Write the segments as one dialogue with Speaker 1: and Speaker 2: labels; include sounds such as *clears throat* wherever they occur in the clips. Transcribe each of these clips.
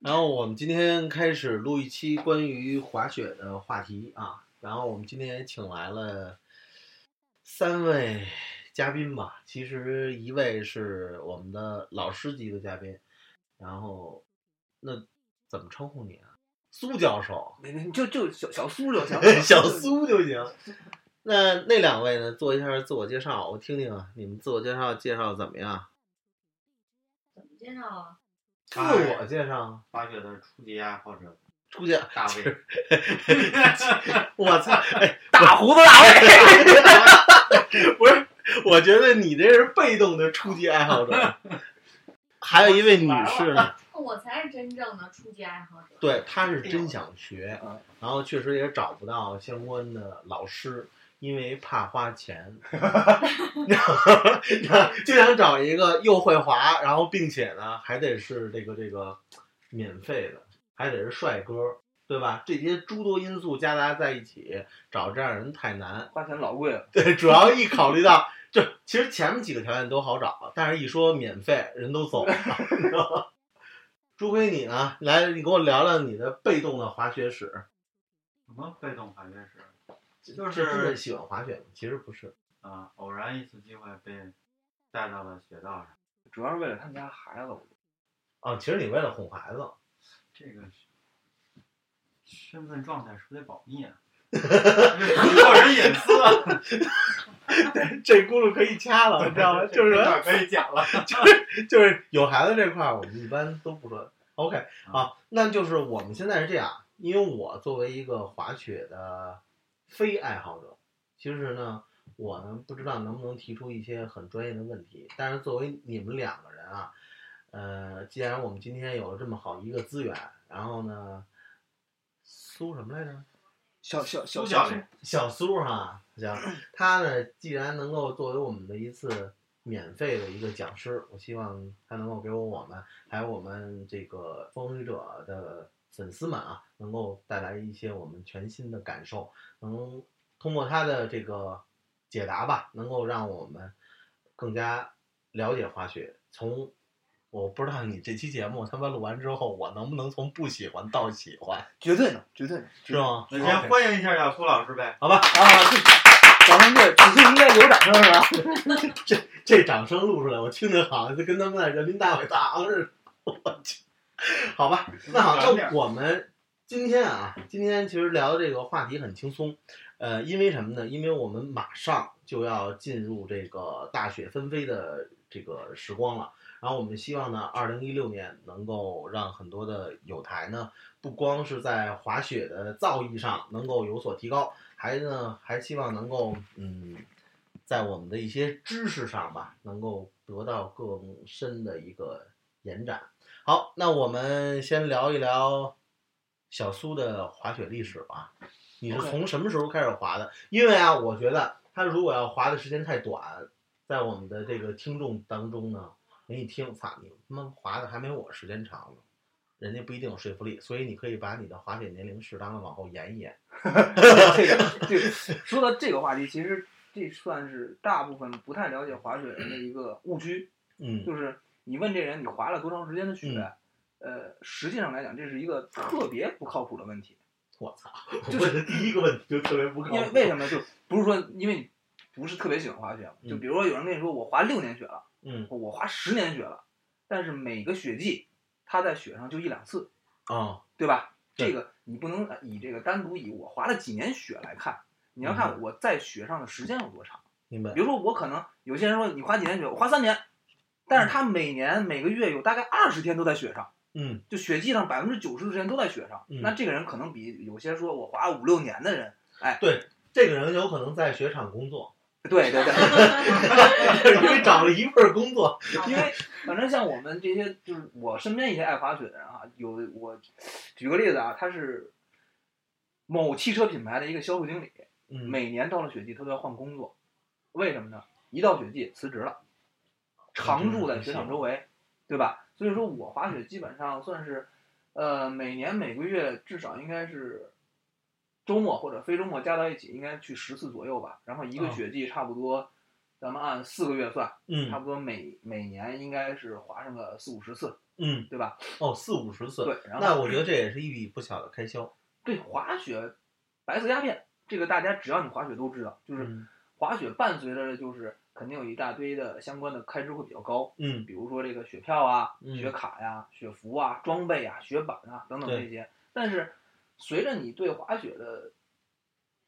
Speaker 1: 然后我们今天开始录一期关于滑雪的话题啊，然后我们今天也请来了三位嘉宾吧，其实一位是我们的老师级的嘉宾，然后那怎么称呼你啊？苏教 *laughs* 授，，
Speaker 2: 没没就就小小苏就行
Speaker 1: *laughs* 小苏就行。那那两位呢？做一下自我介绍，我听听啊，你们自我介绍介绍怎么样？
Speaker 3: 怎么介绍啊？
Speaker 1: 自我介绍，
Speaker 4: 滑雪的初级爱好者
Speaker 1: 出去，
Speaker 4: 大卫，
Speaker 1: 我操！哎，
Speaker 2: 大胡子大
Speaker 1: *laughs*
Speaker 2: 卫，
Speaker 1: 不是，我觉得你这是被动的初级爱好者。还有一位女士呢，
Speaker 3: 哦我才是真正的初级爱好者。
Speaker 1: 对，她是真想学
Speaker 2: 嗯，
Speaker 1: 然后确实也找不到相关的老师，因为怕花钱， *laughs* 就想找一个又会滑，然后并且呢还得是这个这个免费的，还得是帅哥，对吧？这些诸多因素夹杂在一起，找这样的人太难。
Speaker 2: 花钱老贵了。
Speaker 1: *laughs* 对，主要一考虑到，就其实前面几个条件都好找，但是一说免费，人都走了。 *laughs* 你知道吗朱辉，你呢？来，你给我聊聊你的被动的滑雪史。
Speaker 4: 什么被动滑雪史？
Speaker 1: 就
Speaker 4: 啊就是
Speaker 1: 喜欢滑雪吗？其实不是。
Speaker 4: 啊，偶然一次机会被带到了雪道上。
Speaker 2: 主要是为了他们家孩子，我
Speaker 1: 哦，其实你为了哄孩子，
Speaker 4: 这个是身份状态是不是得保密啊？突破人隐私啊，
Speaker 1: 这轱辘可以掐了，你知道吗？啊就是 *laughs*
Speaker 4: 这
Speaker 1: 说
Speaker 4: 段可以讲了。
Speaker 1: 就是有孩子这块儿，我们一般都不说。OK 啊，那就是我们现在是这样，因为我作为一个滑雪的非爱好者，其实呢，我呢不知道能不能提出一些很专业的问题，但是作为你们两个人啊，呃，既然我们今天有了这么好一个资源，然后呢，苏什么来着？
Speaker 2: 小小小
Speaker 4: 苏教
Speaker 2: 苏
Speaker 4: 练，
Speaker 1: 小苏哈、行，他呢，既然能够作为我们的一次免费的一个讲师，我希望他能够给我我们还有我们这个风雨者的粉丝们啊，能够带来一些我们全新的感受，能通过他的这个解答吧，能够让我们更加了解滑雪。从我不知道你这期节目他妈录完之后，我能不能从不喜欢到喜欢，
Speaker 2: 绝对能，绝对能，
Speaker 1: 是吗？
Speaker 4: 那先欢迎一下小苏老师呗。
Speaker 1: 好吧，
Speaker 2: 啊，这掌声队，此处应该有掌声是吧？
Speaker 1: 这掌声录出来，我听着好像就跟他们在人民大会堂似的。我去，好吧，那好，那我们今天啊，今天其实聊的这个话题很轻松，呃，因为什么呢？因为我们马上就要进入这个大雪纷飞的这个时光了。然后我们希望呢，二零一六年能够让很多的友台呢，不光是在滑雪的造诣上能够有所提高，还呢还希望能够嗯，在我们的一些知识上吧，能够得到更深的一个延展。好，那我们先聊一聊小苏的滑雪历史吧。你是
Speaker 2: OK
Speaker 1: 从什么时候开始滑的？因为啊，我觉得他如果要滑的时间太短，在我们的这个听众当中呢，人一听，操你他妈滑的还没我时间长呢，人家不一定有说服力，所以你可以把你的滑雪年龄适当的往后延一延。
Speaker 2: 这个 *laughs* 这个，说到这个话题，其实这算是大部分不太了解滑雪人的一个误区，
Speaker 1: 嗯
Speaker 2: 就是你问这人你滑了多长时间的雪，呃，实际上来讲，这是一个特别不靠谱的问题。
Speaker 1: 我操，
Speaker 2: 就
Speaker 1: *laughs*
Speaker 2: 是
Speaker 1: 我的第一个问题就特别不靠谱。
Speaker 2: 因为为什么就不是说因为你不是特别喜欢滑雪，
Speaker 1: 嗯
Speaker 2: 就比如说有人跟你说我滑六年雪了，
Speaker 1: 嗯
Speaker 2: 我滑十年雪了，但是每个雪季他在雪上就一两次，
Speaker 1: 啊，
Speaker 2: 对吧？
Speaker 1: 对
Speaker 2: 这个你不能以这个单独以我滑了几年雪来看，你要
Speaker 1: 嗯
Speaker 2: 看我在雪上的时间有多长。
Speaker 1: 明白
Speaker 2: 比。如说我可能有些人说你滑几年雪，我滑三年，但是他每年每个月有大概二十天都在雪上。
Speaker 1: 嗯
Speaker 2: 就雪季上百分之九十的时间都在雪上，
Speaker 1: 嗯
Speaker 2: 那这个人可能比有些说我滑五六年的人，
Speaker 1: 对，这个人有可能在雪场工
Speaker 2: *laughs*
Speaker 1: 作，*laughs*
Speaker 2: 对对对，
Speaker 1: 因为找了一份工作。
Speaker 2: 因为反正像我们这些，就是我身边一些爱滑雪的人啊，有我举个例子啊，他是某汽车品牌的一个销售经理，
Speaker 1: 嗯，
Speaker 2: 每年到了雪季他都要换工作，为什么呢？一到雪季辞职了，常住在雪场周围，对吧？所以说我滑雪基本上算是，呃，每年每个月至少应该是周末或者非周末加到一起，应该去十次左右吧。然后一个
Speaker 1: 嗯
Speaker 2: 雪季差不多，咱们按四个月算，差
Speaker 1: 嗯
Speaker 2: 不多每每年应该是滑上个四五十次，
Speaker 1: 嗯，
Speaker 2: 对吧？
Speaker 1: 哦，四五十岁，
Speaker 2: 对，然后
Speaker 1: 那我觉得这也是一笔不小的开销。
Speaker 2: 对滑雪，白色鸦片这个大家只要你滑雪都知道，就是
Speaker 1: 嗯
Speaker 2: 滑雪伴随着的就是肯定有一大堆的相关的开支会比较高，
Speaker 1: 嗯
Speaker 2: 比如说这个雪票啊、
Speaker 1: 嗯
Speaker 2: 雪卡呀、雪服啊、装备啊、雪板啊等等
Speaker 1: 对
Speaker 2: 这些。但是随着你对滑雪的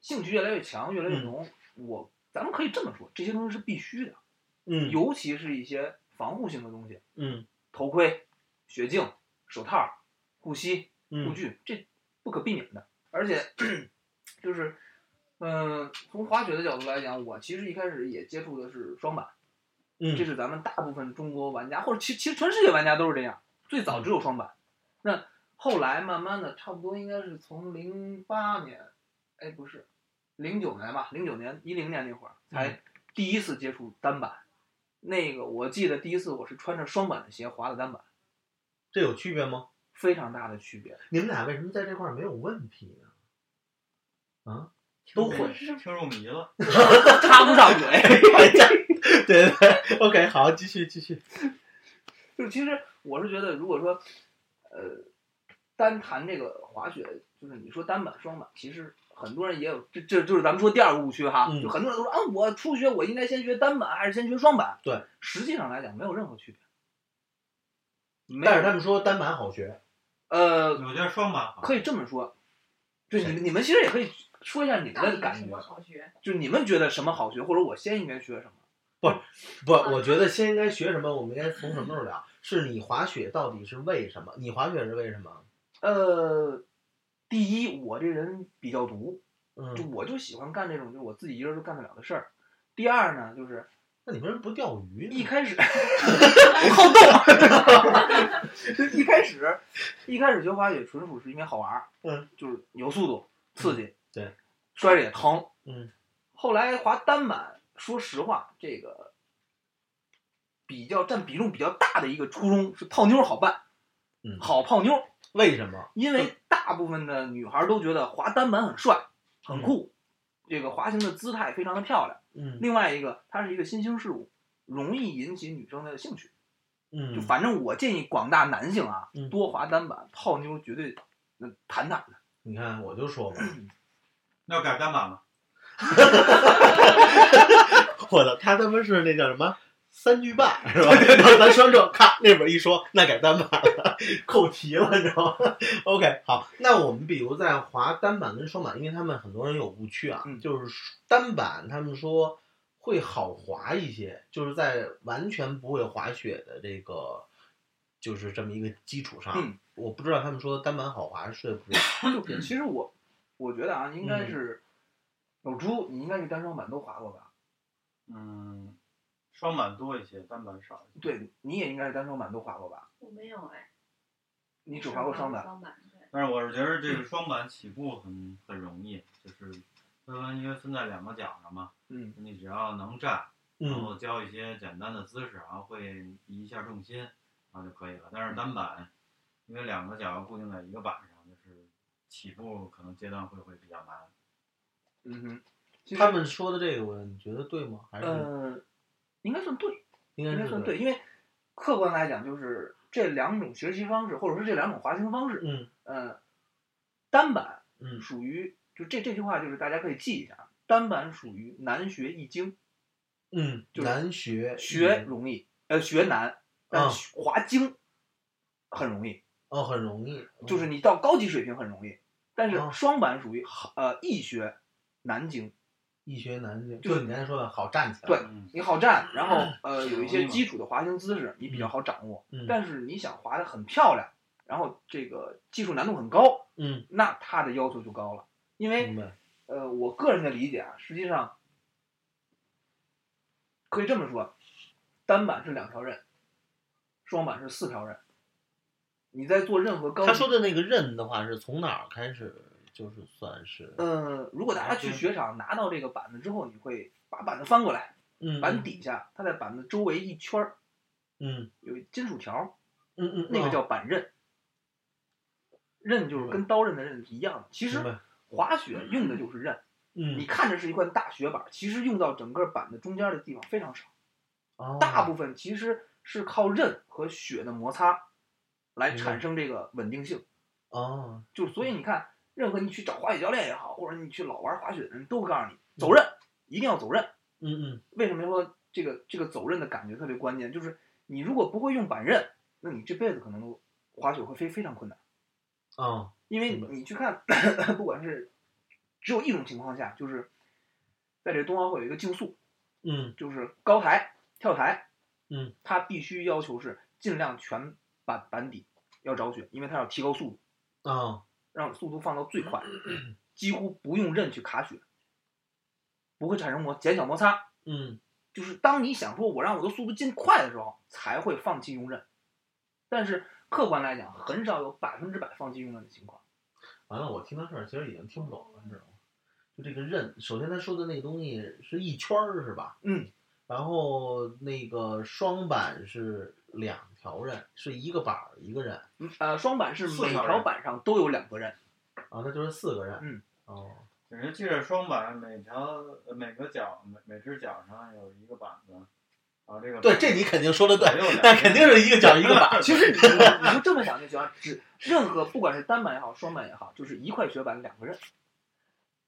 Speaker 2: 兴趣越来越强、越来越
Speaker 1: 嗯
Speaker 2: 浓，我咱们可以这么说，这些东西是必须的，
Speaker 1: 嗯，
Speaker 2: 尤其是一些防护性的东西，
Speaker 1: 嗯
Speaker 2: 头盔、雪镜、手套、护膝、护
Speaker 1: 嗯
Speaker 2: 具，这不可避免的。而且 *clears throat* 就是，嗯、从滑雪的角度来讲，我其实一开始也接触的是双板，
Speaker 1: 嗯，
Speaker 2: 这是咱们大部分中国玩家，或者其其实全世界玩家都是这样。最早只
Speaker 1: 嗯
Speaker 2: 有双板，那后来慢慢的，差不多应该是从零八年，哎，不是，零九年吧，零九年、一零年那会儿才
Speaker 1: 嗯
Speaker 2: 第一次接触单板。那个我记得第一次我是穿着双板的鞋滑的单板，
Speaker 1: 这有区别吗？
Speaker 2: 非常大的区别。 *laughs*
Speaker 1: 你们俩为什么在这块儿没有问题呢？啊，都会。
Speaker 4: 听入迷了，
Speaker 2: 插不上嘴。
Speaker 1: 对
Speaker 2: *laughs*
Speaker 1: 对对，OK，好，继续继续。
Speaker 2: 就是其实我是觉得，如果说，呃，单谈这个滑雪，就是你说单板、双板，其实很多人也有，这这就是咱们说第二个误区哈，
Speaker 1: 嗯
Speaker 2: 就很多人都说啊，我初学我应该先学单板还是先学双板？
Speaker 1: 对，
Speaker 2: 实际上来讲没有任何区别。没
Speaker 1: 但是
Speaker 2: 有，
Speaker 1: 他们说单板好学，
Speaker 2: 呃，
Speaker 4: 我觉得双板好。
Speaker 2: 可以这么说，就你们你们其实也可以说一下你们
Speaker 3: 到
Speaker 2: 的
Speaker 3: 底有
Speaker 2: 感
Speaker 3: 什么
Speaker 2: 觉，
Speaker 3: 好学？
Speaker 2: 就你们觉得什么好学，或者我先应该学什么？
Speaker 1: 不，我觉得先应该学什么，我们应该从什么时候聊？是你滑雪到底是为什么？你滑雪是为什么？
Speaker 2: 呃，第一，我这人比较独，就
Speaker 1: 嗯，
Speaker 2: 我就喜欢干这种就是我自己一个人都干得了的事儿。第二呢，就是
Speaker 1: 那你为什么不钓鱼呢？
Speaker 2: 一
Speaker 1: *laughs*
Speaker 2: 开始我好动，一开始一开始学滑雪纯属是因为好玩儿，
Speaker 1: 嗯，
Speaker 2: 就是有速度，刺激，
Speaker 1: 对，
Speaker 2: 摔着也疼，
Speaker 1: 嗯。
Speaker 2: 后来滑单板，说实话，这个比较占比重比较大的一个初衷是泡妞儿好办，
Speaker 1: 嗯
Speaker 2: 好泡妞儿，
Speaker 1: 为什么？
Speaker 2: 因为大部分的女孩儿都觉得滑单板很帅，很酷，这个滑行的姿态非常的漂亮。
Speaker 1: 嗯
Speaker 2: 另外一个，它是一个新兴事物，容易引起女生的兴趣。
Speaker 1: 嗯
Speaker 2: 就反正我建议广大男性啊，
Speaker 1: 嗯
Speaker 2: 多滑单板，泡妞绝对那
Speaker 1: *coughs*
Speaker 2: 坦坦的。
Speaker 1: 你看，我就说嘛， *laughs*
Speaker 4: 那要改单板吗？
Speaker 1: 我的他他妈是那叫什么三句半是吧？然后咱说这，咔那边一说，那改单板了， *laughs* 扣题了，你知道吗？OK，好，那我们比如在滑单板跟双板，因为他们很多人有误区啊，
Speaker 2: 嗯
Speaker 1: 就是单板他们说会好滑一些，就是在完全不会滑雪的这个就是这么一个基础上，
Speaker 2: 嗯哦
Speaker 1: 我不知道他们说单板好滑是对不对？
Speaker 2: 就其实我我觉得啊，应该是
Speaker 1: 嗯
Speaker 2: 老朱，你应该是单双板都滑过吧？
Speaker 4: 嗯，双板多一些，单板少一些。
Speaker 2: 对，你也应该是单双板都滑过吧？
Speaker 3: 我没有哎，
Speaker 2: 你只滑过双板。
Speaker 3: 双板对，
Speaker 4: 但是我是觉得这个双板起步很很容易，就是分完因为分在两个脚上嘛，
Speaker 2: 嗯
Speaker 4: 你只要能站，然
Speaker 1: 嗯
Speaker 4: 后教一些简单的姿势，然后会移一下重心，然后就可以了。但是单板，因为两个脚固定在一个板上，就是起步可能阶段会会比较难。
Speaker 2: 嗯哼，其实
Speaker 1: 他们说的这个，我你觉得对吗？还是、
Speaker 2: 呃，应该算对。
Speaker 1: 应该
Speaker 2: 应该
Speaker 1: 是
Speaker 2: 算对，因为客观来讲，就是这两种学习方式，或者说这两种滑行方式，
Speaker 1: 嗯
Speaker 2: 呃，单板
Speaker 1: 嗯
Speaker 2: 属于就这这句话，就是大家可以记一下，单板属于难学易精，
Speaker 1: 嗯，
Speaker 2: 就是
Speaker 1: 难学
Speaker 2: 学
Speaker 1: 嗯
Speaker 2: 容易，呃，学难，但
Speaker 1: 嗯
Speaker 2: 是滑精很容易，
Speaker 1: 哦，很容易，
Speaker 2: 就是你到高级水平很容易，但是
Speaker 1: 嗯
Speaker 2: 双板属于好呃易学难精，
Speaker 1: 易学难精，
Speaker 2: 就是
Speaker 1: 就你刚才说的好站起来。
Speaker 2: 对
Speaker 4: 嗯，
Speaker 2: 你好站，然后呃有一
Speaker 4: 容易
Speaker 2: 些
Speaker 4: 嘛
Speaker 2: 基础的滑行姿势你比较好掌握，
Speaker 1: 嗯
Speaker 2: 但是你想滑的很漂亮，然后这个技术难度很高。
Speaker 1: 嗯，
Speaker 2: 那他的要求就高了，因
Speaker 1: 明
Speaker 2: 为
Speaker 1: 白。
Speaker 2: 呃，我个人的理解啊，实际上可以这么说，单板是两条刃，双板是四条刃。你在做任何高
Speaker 1: 他说的那个刃的话是从哪儿开始，就是算是
Speaker 2: 呃，如果大家去
Speaker 1: 嗯
Speaker 2: 雪场拿到这个板子之后，你会把板子翻过来，
Speaker 1: 嗯
Speaker 2: 板底下它在板子周围一圈儿
Speaker 1: 嗯
Speaker 2: 有金属条儿，
Speaker 1: 嗯嗯，
Speaker 2: 那个
Speaker 1: 哦
Speaker 2: 叫板刃。刃就是跟刀刃的刃是一样的，其
Speaker 1: 明
Speaker 2: 实
Speaker 1: 白
Speaker 2: 滑雪用的就是刃。你
Speaker 1: 嗯
Speaker 2: 看着是一块大雪板，其实用到整个板的中间的地方非常少，
Speaker 1: 哦
Speaker 2: 大部分其实是靠刃和雪的摩擦来
Speaker 1: 明白
Speaker 2: 产生这个稳定性。
Speaker 1: 哦，
Speaker 2: 就所以你看，任何你去找滑雪教练也好，或者你去老玩滑雪的人都会告诉你，走刃一定要走刃。
Speaker 1: 嗯嗯，
Speaker 2: 为什么说这个这个走刃的感觉特别关键？就是你如果不会用板刃，那你这辈子可能都滑雪会非非常困难。
Speaker 1: 哦，
Speaker 2: 因为
Speaker 1: 明白
Speaker 2: 你去看， *coughs* 不管是只有一种情况下，就是在这冬奥会有一个竞速，
Speaker 1: 嗯
Speaker 2: 就是高台跳台，
Speaker 1: 嗯，
Speaker 2: 它必须要求是尽量全板板底要着雪，因为它要提高速度，
Speaker 1: 哦，
Speaker 2: 让速度放到最快，几乎不用刃去卡雪，不会产生摩减小摩擦。
Speaker 1: 嗯
Speaker 2: 就是当你想说我让我的速度尽快的时候，才会放弃用刃。但是客观来讲，很少有百分之百放弃用刃的情况。
Speaker 1: 完了，我听到这儿其实已经听不懂了，你知道吗？就这个刃，首先他说的那个东西是一圈儿是吧？
Speaker 2: 嗯，
Speaker 1: 然后那个双板是两条刃，是一个板儿一个刃，
Speaker 2: 嗯呃，双板是
Speaker 4: 四
Speaker 2: 每
Speaker 4: 条
Speaker 2: 条
Speaker 4: 人
Speaker 2: 板上都有两个刃，
Speaker 1: 啊，那就是四个刃。
Speaker 2: 嗯，
Speaker 1: 哦，
Speaker 4: 只是记着双板每条呃每个脚每每只脚上有一个板子，然后这个
Speaker 1: 对，这你肯定说的对，*laughs*
Speaker 4: 对
Speaker 1: 那肯定是一个角一个板。
Speaker 2: 其实你你就这么想就行， *laughs* 只任何不管是单板也好，双板也好，就是一块雪板两个刃。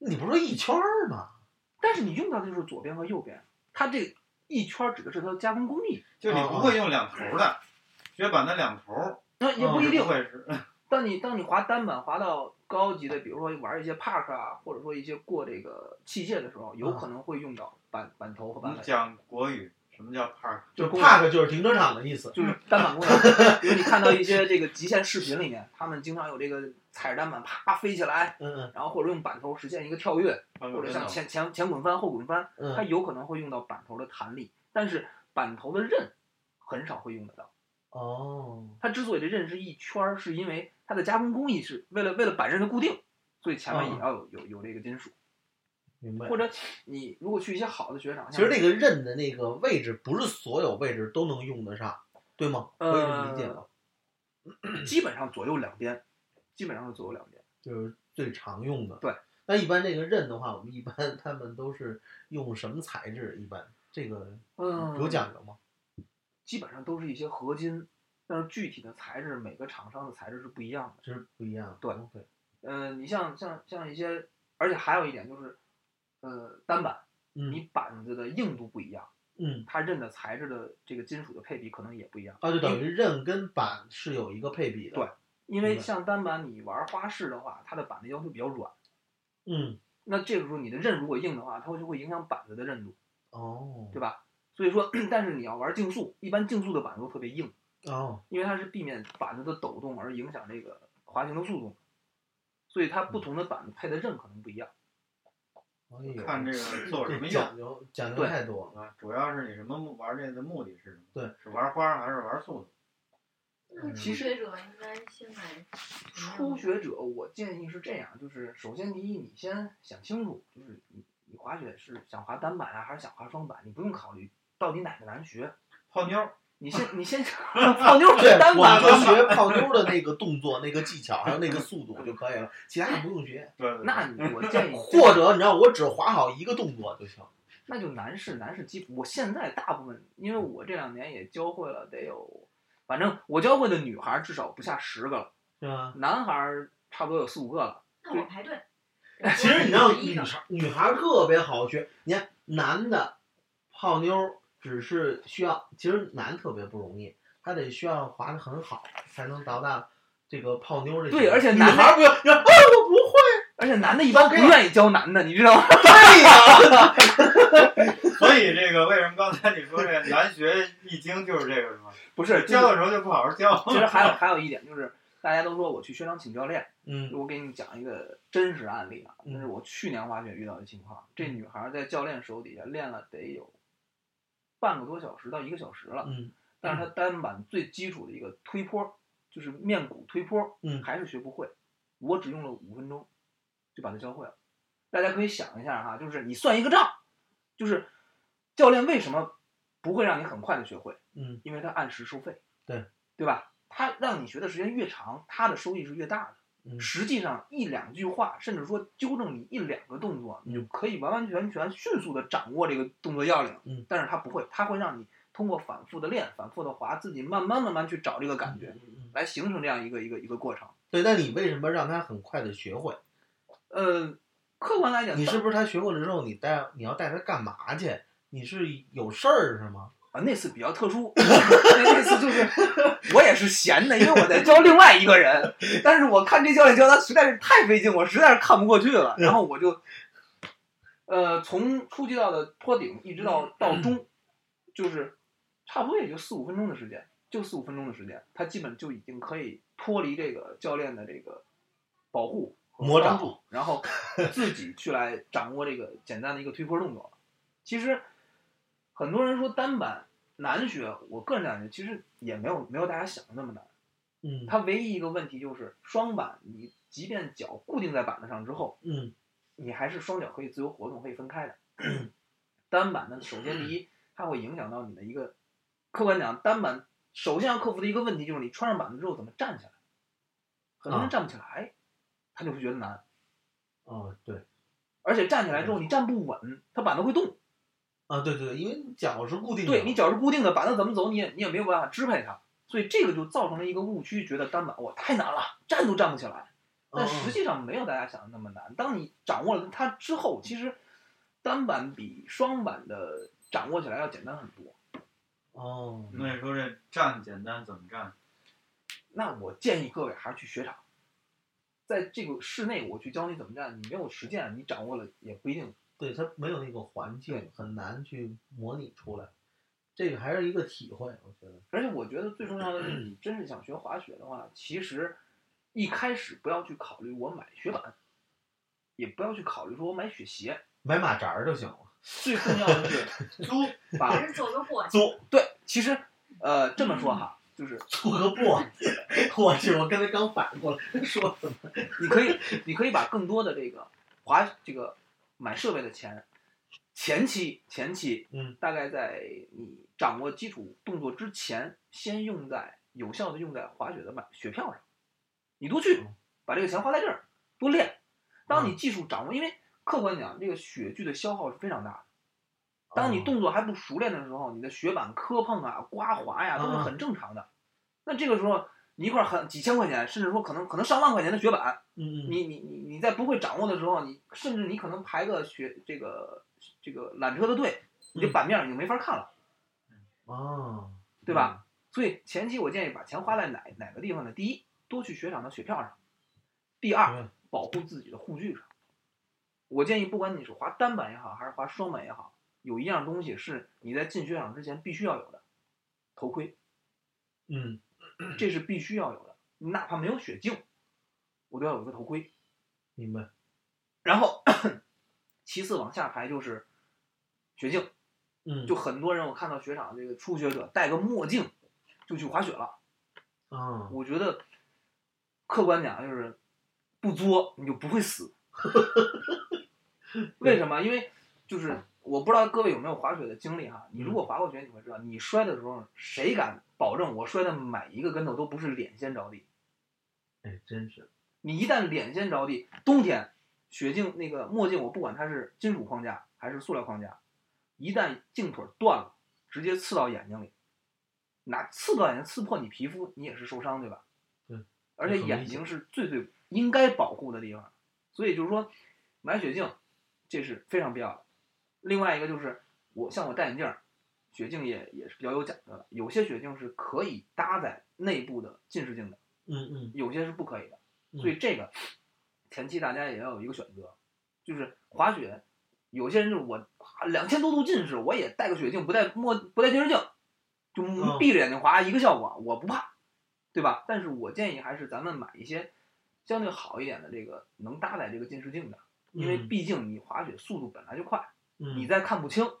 Speaker 1: 你不是说一圈儿吗？
Speaker 2: 但是你用到的就是左边和右边，它这一圈指的是它的加工工艺，
Speaker 4: 就你不会用两头
Speaker 1: 哦
Speaker 4: 的，雪板的两头儿
Speaker 2: 那也不一
Speaker 4: 哦是
Speaker 2: 定。
Speaker 4: 会是
Speaker 2: 当你当你滑单板滑到高级的，比如说玩一些 park 啊，或者说一些过这个器械的时候，有可能会用到板板头和
Speaker 4: 我
Speaker 2: 板
Speaker 4: 们
Speaker 2: 尾，
Speaker 4: 讲国语，什么叫 park？
Speaker 2: 就是工厂
Speaker 1: park 就是停车场的意思。
Speaker 2: 就是单板工厂。比如你看到一些这个极限视频里面，他们经常有这个踩着单板啪飞起来，
Speaker 1: 嗯嗯
Speaker 2: 然后或者用板头实现一个跳跃，或
Speaker 4: 或
Speaker 2: 者像前前前滚翻、后滚翻，它
Speaker 1: 嗯，
Speaker 2: 有可能会用到板头的弹力，但是板头的刃很少会用得到。
Speaker 1: 哦，
Speaker 2: 它之所以这刃是一圈儿，是因为它的加工工艺是为了为了板刃的固定，所以前面
Speaker 1: 嗯
Speaker 2: 也要有有有这个金属。
Speaker 1: 明白
Speaker 2: 或。者你如果去一些好的雪场，
Speaker 1: 其实那
Speaker 2: 个
Speaker 1: 个刃的那个位置，不是所有位置都能用得上，对吗？我也这么理解了，
Speaker 2: 基本上左右两边，基本上是左右两边。
Speaker 1: 就是最常用的。
Speaker 2: 对。
Speaker 1: 那一般这个刃的话，我们一般 *laughs* 他们都是用什么材质？一般这个
Speaker 2: 嗯，
Speaker 1: 有讲究吗？
Speaker 2: 基本上都是一些合金，但是具体的材质每个厂商的材质是不一样的。
Speaker 1: 这是不一样。
Speaker 2: 对
Speaker 1: OK
Speaker 2: 呃，你像像像一些，而且还有一点就是，呃，单板，
Speaker 1: 嗯
Speaker 2: 你板子的硬度不一样，
Speaker 1: 嗯，
Speaker 2: 它刃的材质的这个金属的配比可能也不一样。
Speaker 1: 啊，就等于刃跟板是有一个配比的。
Speaker 2: 对
Speaker 1: 明
Speaker 2: 因为
Speaker 1: 白
Speaker 2: 像单板你玩花式的话，它的板的要求比较软，
Speaker 1: 嗯，
Speaker 2: 那这个时候你的刃如果硬的话，它就会影响板子的韧度，
Speaker 1: 哦
Speaker 2: 对，吧？所以说， *clears throat* 但是你要玩竞速，一般竞速的板子都特别硬，
Speaker 1: 哦，
Speaker 2: 因为它是避免板子的抖动而影响这个滑行的速度，所以它不同的板子配的刃可能不一样。
Speaker 1: 哎呦
Speaker 4: 看这个做什么
Speaker 1: 这
Speaker 2: 嗯
Speaker 4: 用
Speaker 1: 讲究讲究
Speaker 2: 对
Speaker 1: 太多了。
Speaker 4: 啊，主要是你什么目玩这个目的是什么？
Speaker 1: 对，
Speaker 4: 是玩花儿还是玩速度？
Speaker 3: 那
Speaker 2: 其实
Speaker 3: 嗯初学者应该先买什么样的
Speaker 2: 嗯初学者，我建议是这样，就是首先第一，你先想清楚，就是你你滑雪是想滑单板啊，还是想滑双板，你不用考虑到底哪个难学，
Speaker 4: 泡妞儿，
Speaker 2: 你先你先 *laughs* 泡妞
Speaker 1: 对
Speaker 2: 是，单
Speaker 1: 我
Speaker 2: 板
Speaker 1: 们就
Speaker 2: 吗？
Speaker 1: 学泡妞的那个动作、那个技巧，还有那个速度就可以了，其他的不用学。
Speaker 4: 对对对
Speaker 2: 那你我
Speaker 1: *laughs*
Speaker 2: 建议，
Speaker 1: 或者你知道，我只划好一个动作就行。
Speaker 2: 那就男士男士基本，我现在大部分，因为我这两年也教会了得有，反正我教会的女孩儿至少不下十个了，
Speaker 1: 是吧？
Speaker 2: 男孩儿差不多有四五个了。
Speaker 3: 那我排队。
Speaker 1: *laughs* 其实你知道，女
Speaker 3: 一
Speaker 1: 孩女孩特别好学。你看男的泡妞只是需要，其实男特别不容易，他得需要划得很好，才能到达这个泡妞这。
Speaker 2: 对而且
Speaker 1: 女
Speaker 2: 男的
Speaker 1: 孩不要， *laughs* 你说哎，我不会。啊
Speaker 2: 而且男的一般不愿意教男的，你知道吗？ *laughs* 哎
Speaker 1: 对呀，
Speaker 4: *laughs* 所以这个为什么刚才你说这个 *laughs* 难学易经就是这个是吗？
Speaker 2: 不是
Speaker 4: 教的时候就不好好教。
Speaker 2: 其实还有还有一点就是，大家都说我去雪场请教练，
Speaker 1: 嗯
Speaker 2: 我给你讲一个真实案例啊，
Speaker 1: 嗯
Speaker 2: 这是我去年滑雪遇到的情况。
Speaker 4: 嗯
Speaker 2: 这女孩在教练手底下练了得有半个多小时到一个小时了，
Speaker 1: 嗯
Speaker 2: 但是她单板最基础的一个推坡，就是面鼓推坡，
Speaker 1: 嗯
Speaker 2: 还是学不会。我只用了五分钟就把它教会了。大家可以想一下哈，就是你算一个账，就是教练为什么不会让你很快的学会？
Speaker 1: 嗯，
Speaker 2: 因为他按时收费，
Speaker 1: 对
Speaker 2: 对吧？他让你学的时间越长，他的收益是越大的。
Speaker 1: 嗯
Speaker 2: 实际上一两句话，甚至说纠正你一两个动作，
Speaker 1: 嗯
Speaker 2: 你就可以完完全全迅速的掌握这个动作要领。
Speaker 1: 嗯，
Speaker 2: 但是他不会，他会让你通过反复的练、反复的滑，自己慢慢慢慢去找这个感觉。
Speaker 1: 嗯
Speaker 2: 来形成这样一个一个一个过程。
Speaker 1: 对，那你为什么让他很快的学会？
Speaker 2: 呃，客观来讲，
Speaker 1: 你是不是他学会了之后，你带你要带他干嘛去？你是有事儿是吗？
Speaker 2: 啊，那次比较特
Speaker 1: *laughs*
Speaker 2: 殊，那那次就是我也是闲的，因为我在教另外一个人，但是我看这教练教他实在是太费劲，我实在是看不过去
Speaker 1: 嗯
Speaker 2: 了，然后我就，呃，从初级道的托顶一直到到
Speaker 1: 嗯
Speaker 2: 中，就是差不多也就四五分钟的时间，就四五分钟的时间，他基本就已经可以脱离这个教练的这个保护和
Speaker 1: 魔
Speaker 2: 帮
Speaker 1: 掌
Speaker 2: 助，然后自己去来掌握这个简单的一个推坡动作了。其实很多人说单板难学，我个人感觉其实也没有没有大家想的那么难。
Speaker 1: 嗯
Speaker 2: 它唯一一个问题就是双板，你即便脚固定在板子上之后，
Speaker 1: 嗯
Speaker 2: 你还是双脚可以自由活动，可以分开的。 *clears throat* 单板呢，首先第一，它会影响到你的一个，客观讲，单板首先要克服的一个问题就是你穿上板子之后怎么站起来，很多人
Speaker 1: 啊
Speaker 2: 站不起来，他就会觉得难，
Speaker 1: 哦对
Speaker 2: 而且站起来之
Speaker 1: 嗯
Speaker 2: 后你站不稳，它板子会动。
Speaker 1: 啊对对，因为你脚是固定的，
Speaker 2: 对你脚是固定的，板子怎么走你也你也没有办法支配它，所以这个就造成了一个误区，觉得单板哇太难了，站都站不起来。
Speaker 1: 嗯，
Speaker 2: 但实际上没有大家想的那么难。当你掌握了它之后，其实单板比双板的掌握起来要简单很
Speaker 1: 嗯
Speaker 2: 多。
Speaker 1: 哦
Speaker 4: *laughs* 那你说这站简单怎么站？
Speaker 2: 那我建议各位还是去雪场，在这个室内我去教你怎么站，你没有实践，你掌握了也不一定
Speaker 1: 对他没有那个环境
Speaker 2: 对，
Speaker 1: 很难去模拟出来。这个还是一个体会，我觉得。
Speaker 2: 而且我觉得最重要的是，你真是想学滑雪的话，其实一开始不要去考虑我买雪板，也不要去考虑说我买雪鞋，
Speaker 1: 买马扎儿就行了。
Speaker 2: 最重要的是租
Speaker 3: 还 *laughs*
Speaker 2: 把
Speaker 3: 是走个过
Speaker 1: *laughs*
Speaker 3: 去。
Speaker 1: 租
Speaker 2: 对，其实呃这么说哈，就是
Speaker 1: 租
Speaker 2: *laughs*
Speaker 1: 个布，我去，我刚才刚反应过来，说什么？
Speaker 2: 你可以你可以把更多的这个滑这个买设备的钱，前期前期
Speaker 1: 嗯
Speaker 2: 大概在你掌握基础动作之前，先用在有效的用在滑雪的买雪票上。你多去
Speaker 1: 嗯
Speaker 2: 把这个钱花在这儿，多练。当你
Speaker 1: 嗯
Speaker 2: 技术掌握，因为客观讲，这个雪具的消耗是非常大的。当你
Speaker 1: 哦
Speaker 2: 动作还不熟练的时候，你的雪板磕碰啊、刮滑呀、都是
Speaker 1: 嗯
Speaker 2: 很正常的。那这个时候，你一块很几千块钱，甚至说可能可能上万块钱的雪板，
Speaker 1: 嗯嗯，
Speaker 2: 你你你你在不会掌握的时候，你甚至你可能排个学这个这个缆车的队，你这
Speaker 1: 嗯
Speaker 2: 版面儿你就没法看了，
Speaker 1: 哦，
Speaker 2: 对吧？所以前期我建议把钱花在哪哪个地方呢？第一，多去雪场的雪票上；第
Speaker 1: 嗯
Speaker 2: 二，保护自己的护具上。我建议，不管你是滑单板也好，还是滑双板也好，有一样东西是你在进雪场之前必须要有的，头盔，
Speaker 1: 嗯？
Speaker 2: 这是必须要有的。你哪怕没有雪镜，我都要有一个头盔。
Speaker 1: 嗯，明白。
Speaker 2: 然后其次往下排就是雪镜，
Speaker 1: 嗯，
Speaker 2: 就很多人我看到雪场这个初学者戴个墨镜就去滑雪了，
Speaker 1: 啊，
Speaker 2: 我觉得客观讲就是不作你就不会死，为什么？因为就是我不知道各位有没有滑雪的经历哈，你如果滑过雪，你会知道你摔的时候谁敢保证我摔的每一个跟头都不是脸先着地？
Speaker 1: 哎，真是，
Speaker 2: 你一旦脸先着地，冬天雪镜那个墨镜，我不管它是金属框架还是塑料框架，一旦镜腿断了，直接刺到眼睛里，哪刺到眼睛刺破你皮肤，你也是受伤，对吧？
Speaker 1: 对。
Speaker 2: 而且
Speaker 1: 很危
Speaker 2: 眼睛是最最应该保护的地方，所以就是说，买雪镜这是非常必要的。另外一个就是我像我戴眼镜儿，雪镜也也是比较有讲究的，有些雪镜是可以搭载内部的近视镜的。
Speaker 1: 嗯嗯
Speaker 2: 有些是不可以的。
Speaker 1: 嗯
Speaker 2: 所以这个前期大家也要有一个选择，就是滑雪，有些人就是我两千多度近视，我也戴个雪镜，不戴墨不戴近视镜，就
Speaker 1: 嗯
Speaker 2: 闭着眼睛滑一个效果，我不怕，对吧？但是我建议还是咱们买一些相对好一点的这个能搭载这个近视镜的，因为
Speaker 1: 嗯
Speaker 2: 毕竟你滑雪速度本来就快，
Speaker 1: 嗯，
Speaker 2: 你再看不清，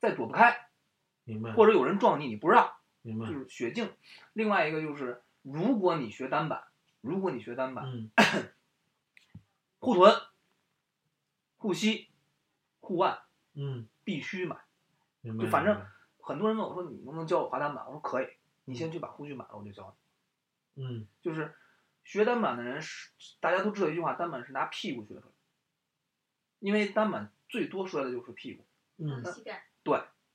Speaker 2: 再躲不开，
Speaker 1: 明白，
Speaker 2: 或者有人撞你你不让，
Speaker 1: 明白
Speaker 2: 就，是雪镜。另外一个就是，如果你学单板，如果你学单板，
Speaker 1: 嗯
Speaker 2: 护臀、护膝、护腕
Speaker 1: 嗯，
Speaker 2: 必须买。
Speaker 1: 明白。
Speaker 2: 就反正
Speaker 1: 明白
Speaker 2: 很多人问我说：“你能不能教我滑单板？”我说：“可以，你先去把护具买了，我就教
Speaker 1: 嗯
Speaker 2: 你。”就是学单板的人是大家都知道一句话：单板是拿屁股学出来的，因为单板最多摔的就是屁股，
Speaker 1: 嗯
Speaker 3: 嗯膝盖。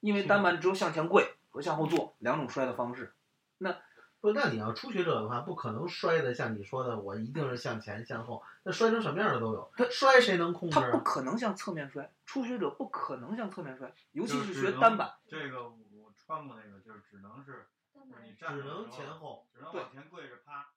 Speaker 2: 因为单板只有向前跪和向后坐两种摔的方式。那
Speaker 1: 不，那你要初学者的话，不可能摔的像你说的，我一定是向前向后，那摔成什么样的都有。摔谁能控制
Speaker 2: 他不
Speaker 1: 啊？
Speaker 2: 可能向侧面摔，初学者不可能向侧面摔，尤其
Speaker 4: 就是是
Speaker 2: 学
Speaker 4: 能
Speaker 2: 单板，
Speaker 4: 这个我穿过那个，就是只能是
Speaker 3: 干嘛
Speaker 4: 你
Speaker 3: 呀
Speaker 4: 站着
Speaker 1: 只
Speaker 2: 嗯
Speaker 4: 的时候
Speaker 1: 能前后。
Speaker 4: 只能
Speaker 2: 对
Speaker 4: 往前跪着趴，